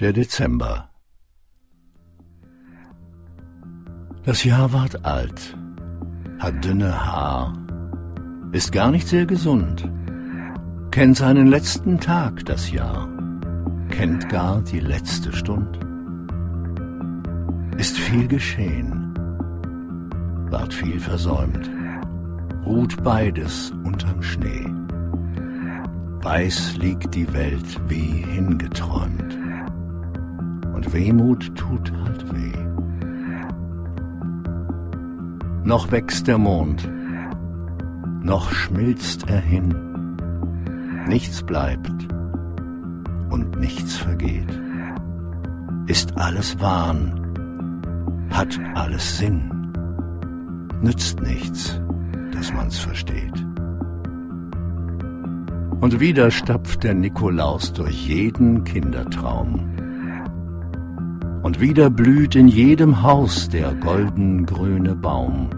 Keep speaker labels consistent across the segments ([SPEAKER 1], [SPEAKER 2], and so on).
[SPEAKER 1] Der Dezember. Das Jahr ward alt, hat dünne Haar, ist gar nicht sehr gesund, kennt seinen letzten Tag das Jahr, kennt gar die letzte Stund. Ist viel geschehen, ward viel versäumt, ruht beides unterm Schnee. Weiß liegt die Welt wie hingeträumt. Und Wehmut tut halt weh. Noch wächst der Mond, noch schmilzt er hin. Nichts bleibt und nichts vergeht. Ist alles Wahn, hat alles Sinn. Nützt nichts, dass man's versteht. Und wieder stapft der Nikolaus durch jeden Kindertraum. Und wieder blüht in jedem Haus der goldengrüne Baum.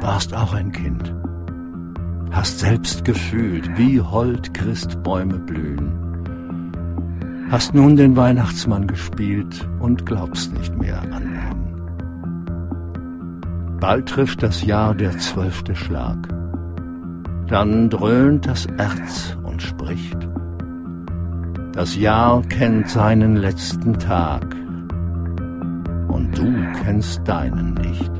[SPEAKER 1] Warst auch ein Kind, hast selbst gefühlt, wie hold Christbäume blühen. Hast nun den Weihnachtsmann gespielt und glaubst nicht mehr an ihn. Bald trifft das Jahr der zwölfte Schlag. Dann dröhnt das Erz und spricht. Das Jahr kennt seinen letzten Tag und du kennst deinen nicht.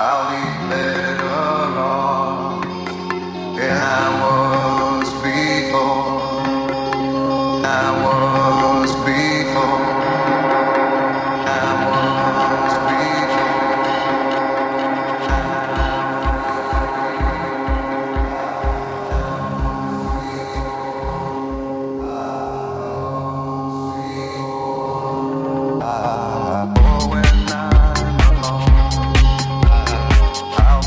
[SPEAKER 2] I'll be better off than I was before. I was before. I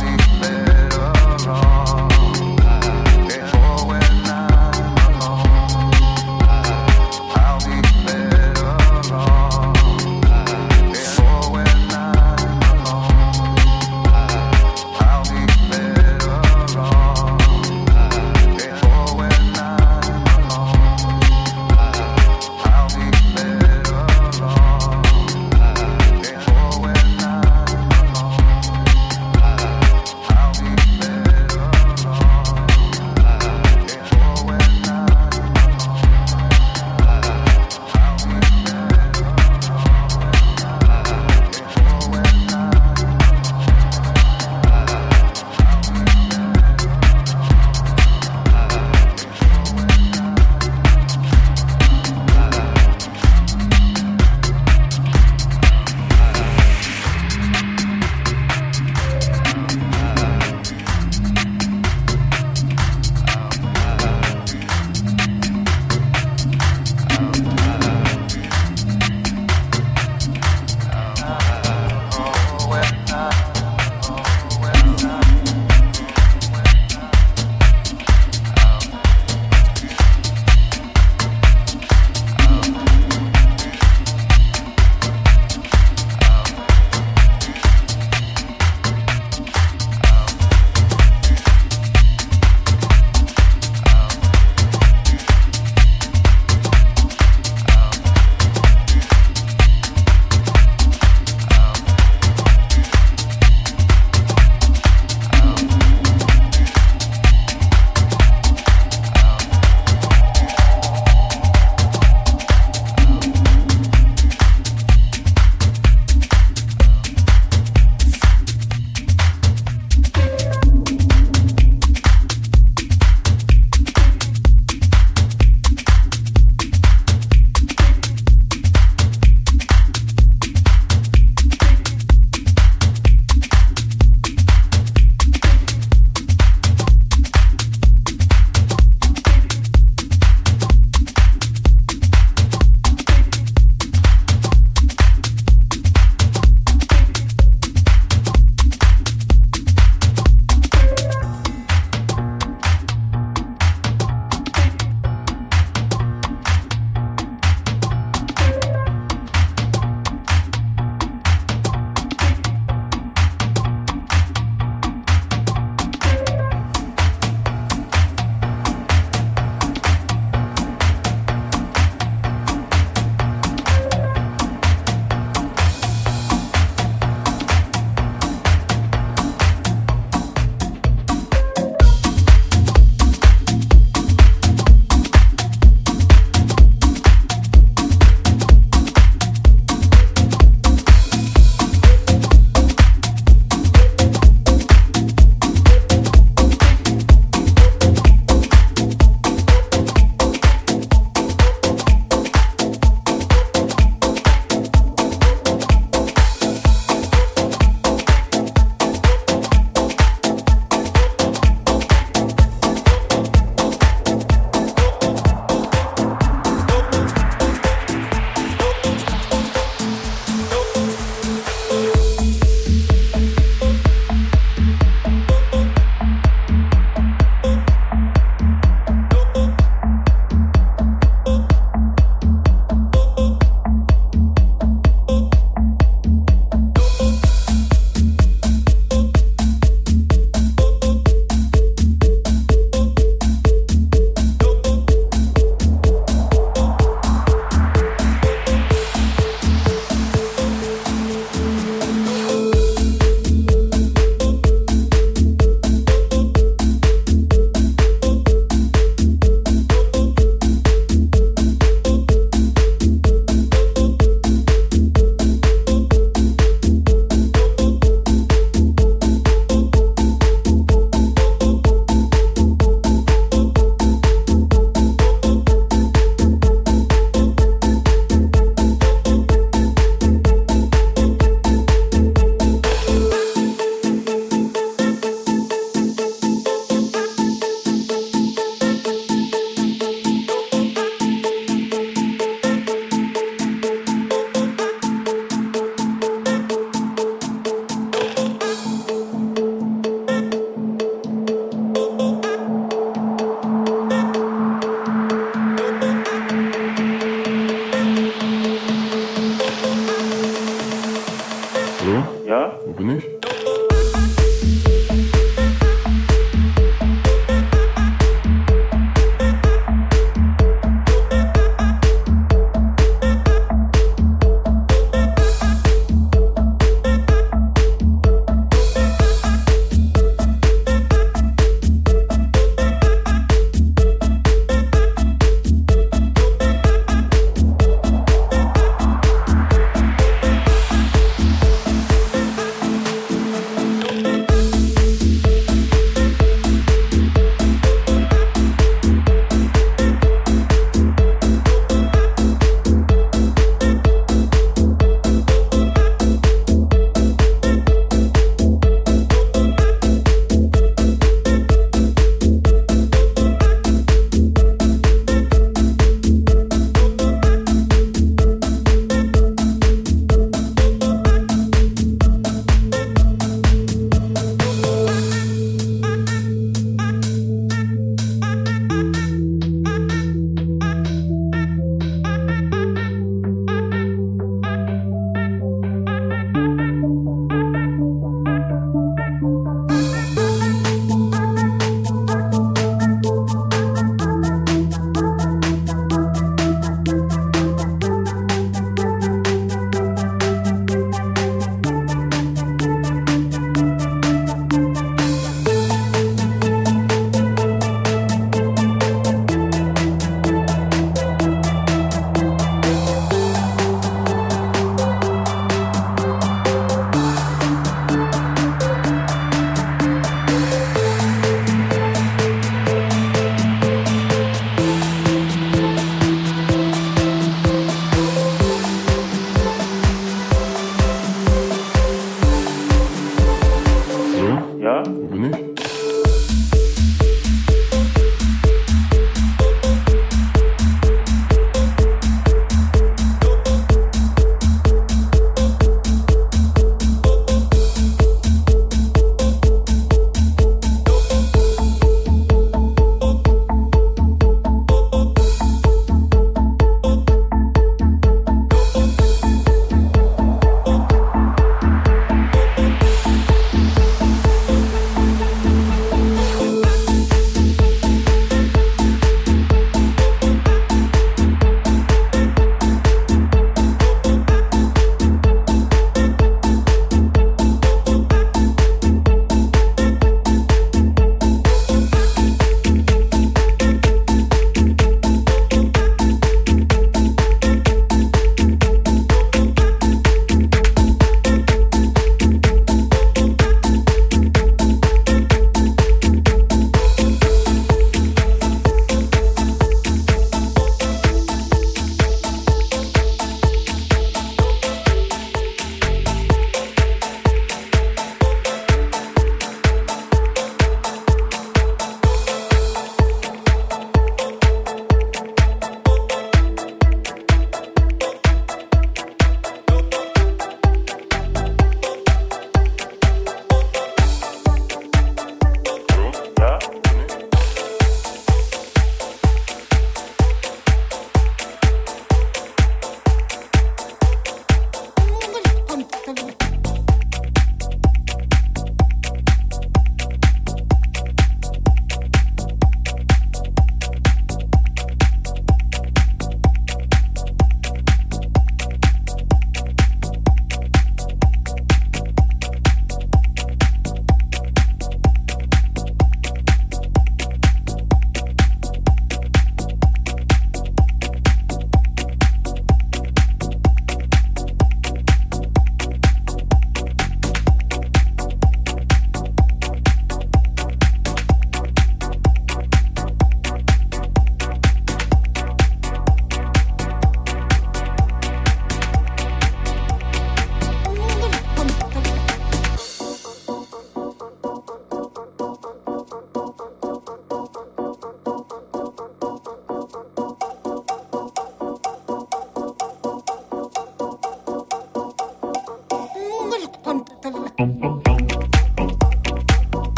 [SPEAKER 3] Ja?
[SPEAKER 4] Ja?
[SPEAKER 3] Wo bin ich?